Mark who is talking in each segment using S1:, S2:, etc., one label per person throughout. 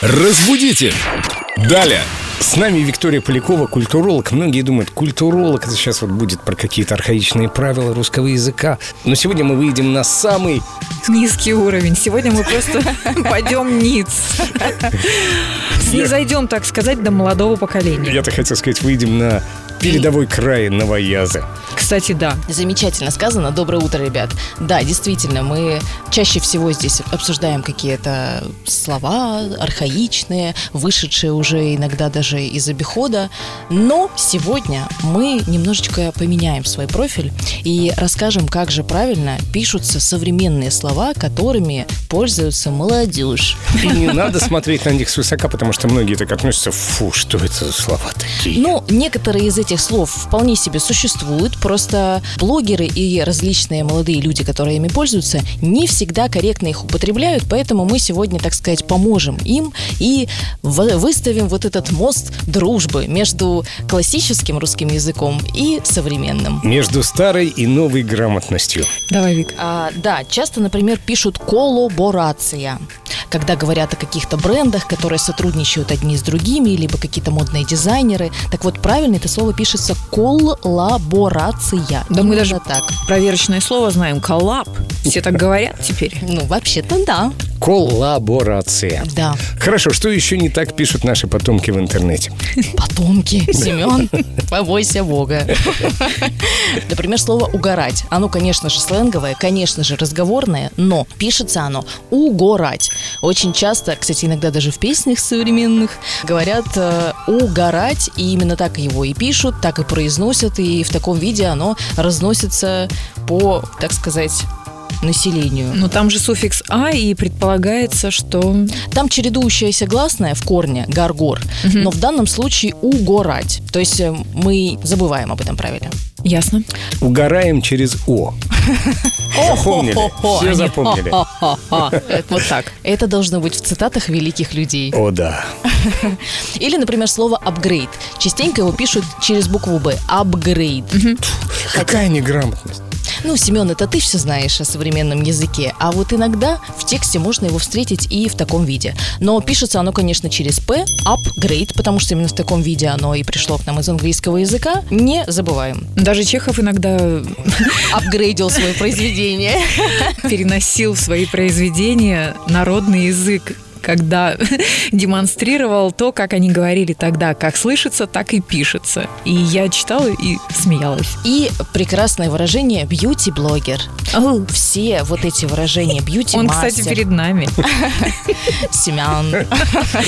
S1: Разбудите! Далее!
S2: С нами Виктория Полякова, культуролог. Многие думают, культуролог это сейчас вот будет про какие-то архаичные правила русского языка. Но сегодня мы выйдем на самый...
S3: Низкий уровень. Сегодня мы просто пойдем ниц. Не зайдем, так сказать, до молодого поколения.
S2: Я-то хотел сказать, выйдем на передовой край новоязы.
S3: Кстати, да.
S4: Замечательно сказано. Доброе утро, ребят. Да, действительно, мы чаще всего здесь обсуждаем какие-то слова архаичные, вышедшие уже иногда даже из обихода. Но сегодня мы немножечко поменяем свой профиль и расскажем, как же правильно пишутся современные слова, которыми пользуются молодежь.
S2: И не надо смотреть на них свысока, потому что многие так относятся, фу, что это за слова такие.
S4: Ну, некоторые из этих слов вполне себе существуют, просто блогеры и различные молодые люди, которые ими пользуются, не всегда корректно их употребляют, поэтому мы сегодня, так сказать, поможем им и в- выставим вот этот мост дружбы между классическим русским языком и современным.
S2: Между старой и новой грамотностью.
S3: Давай, Вик.
S4: А, да, часто, например, пишут коллаборация, когда говорят о каких-то брендах, которые сотрудничают одни с другими, либо какие-то модные дизайнеры. Так вот, правильно это слово пишется коллаборация.
S3: Да мы
S4: Именно
S3: даже-
S4: так.
S3: Проверочное слово знаем. Коллаб. Все так говорят теперь.
S4: Ну, вообще-то да.
S2: Коллаборация.
S4: Да.
S2: Хорошо, что еще не так пишут наши потомки в интернете?
S4: Потомки, Семен, побойся Бога. Например, слово «угорать». Оно, конечно же, сленговое, конечно же, разговорное, но пишется оно «угорать». Очень часто, кстати, иногда даже в песнях современных говорят э, «угорать», и именно так его и пишут, так и произносят, и в таком виде оно разносится по, так сказать, населению.
S3: Но там же суффикс «а» и предполагается, что...
S4: Там чередующаяся гласная в корне гаргор, но в данном случае угорать. То есть э, мы забываем об этом правиле.
S3: Ясно.
S2: Угораем через О. Запомнили.
S4: О-хо-хо-хо.
S2: Все запомнили.
S4: Вот так. Это должно быть в цитатах великих людей.
S2: О, да.
S4: Или, например, слово апгрейд. Частенько его пишут через букву Б. Апгрейд.
S2: Какая неграмотность.
S4: Ну, Семен, это ты все знаешь о современном языке, а вот иногда в тексте можно его встретить и в таком виде. Но пишется оно, конечно, через П, апгрейд, потому что именно в таком виде оно и пришло к нам из английского языка. Не забываем.
S3: Даже Чехов иногда
S4: Апгрейдил свое произведение.
S3: переносил в свои произведения народный язык когда демонстрировал то, как они говорили тогда, как слышится, так и пишется. И я читала и смеялась.
S4: И прекрасное выражение «бьюти-блогер».
S3: А
S4: Все вот эти выражения бьюти
S3: Он, кстати, перед нами.
S4: Семен.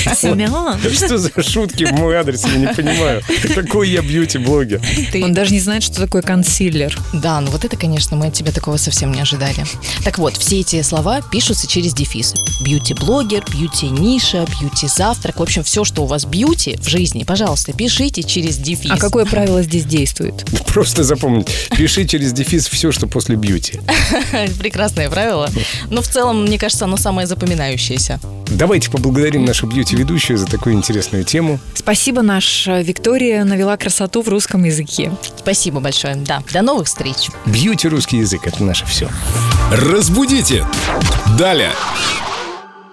S3: А Семен.
S2: Что за шутки в мой адрес, я не понимаю. Какой я бьюти-блогер.
S4: Ты-
S3: Он даже не знает, что такое консилер. А
S4: Да, ну вот это, конечно, мы от тебя такого совсем не ожидали. Так вот, все эти слова пишутся через дефис. Бьюти-блогер, бьюти-ниша, бьюти-завтрак. В общем, все, что у вас бьюти в жизни, пожалуйста, пишите через дефис.
S3: А какое правило здесь действует?
S2: Просто запомнить. Пиши через дефис все, что после бьюти.
S4: прекрасное правило. Но в целом, мне кажется, оно самое запоминающееся.
S2: Давайте поблагодарим нашу бьюти-ведущую за такую интересную тему.
S3: Спасибо, наша Виктория навела красоту в русском языке.
S4: Спасибо большое. Да, до новых встреч.
S2: Бьюти-русский язык – это наше все.
S1: Разбудите! Далее!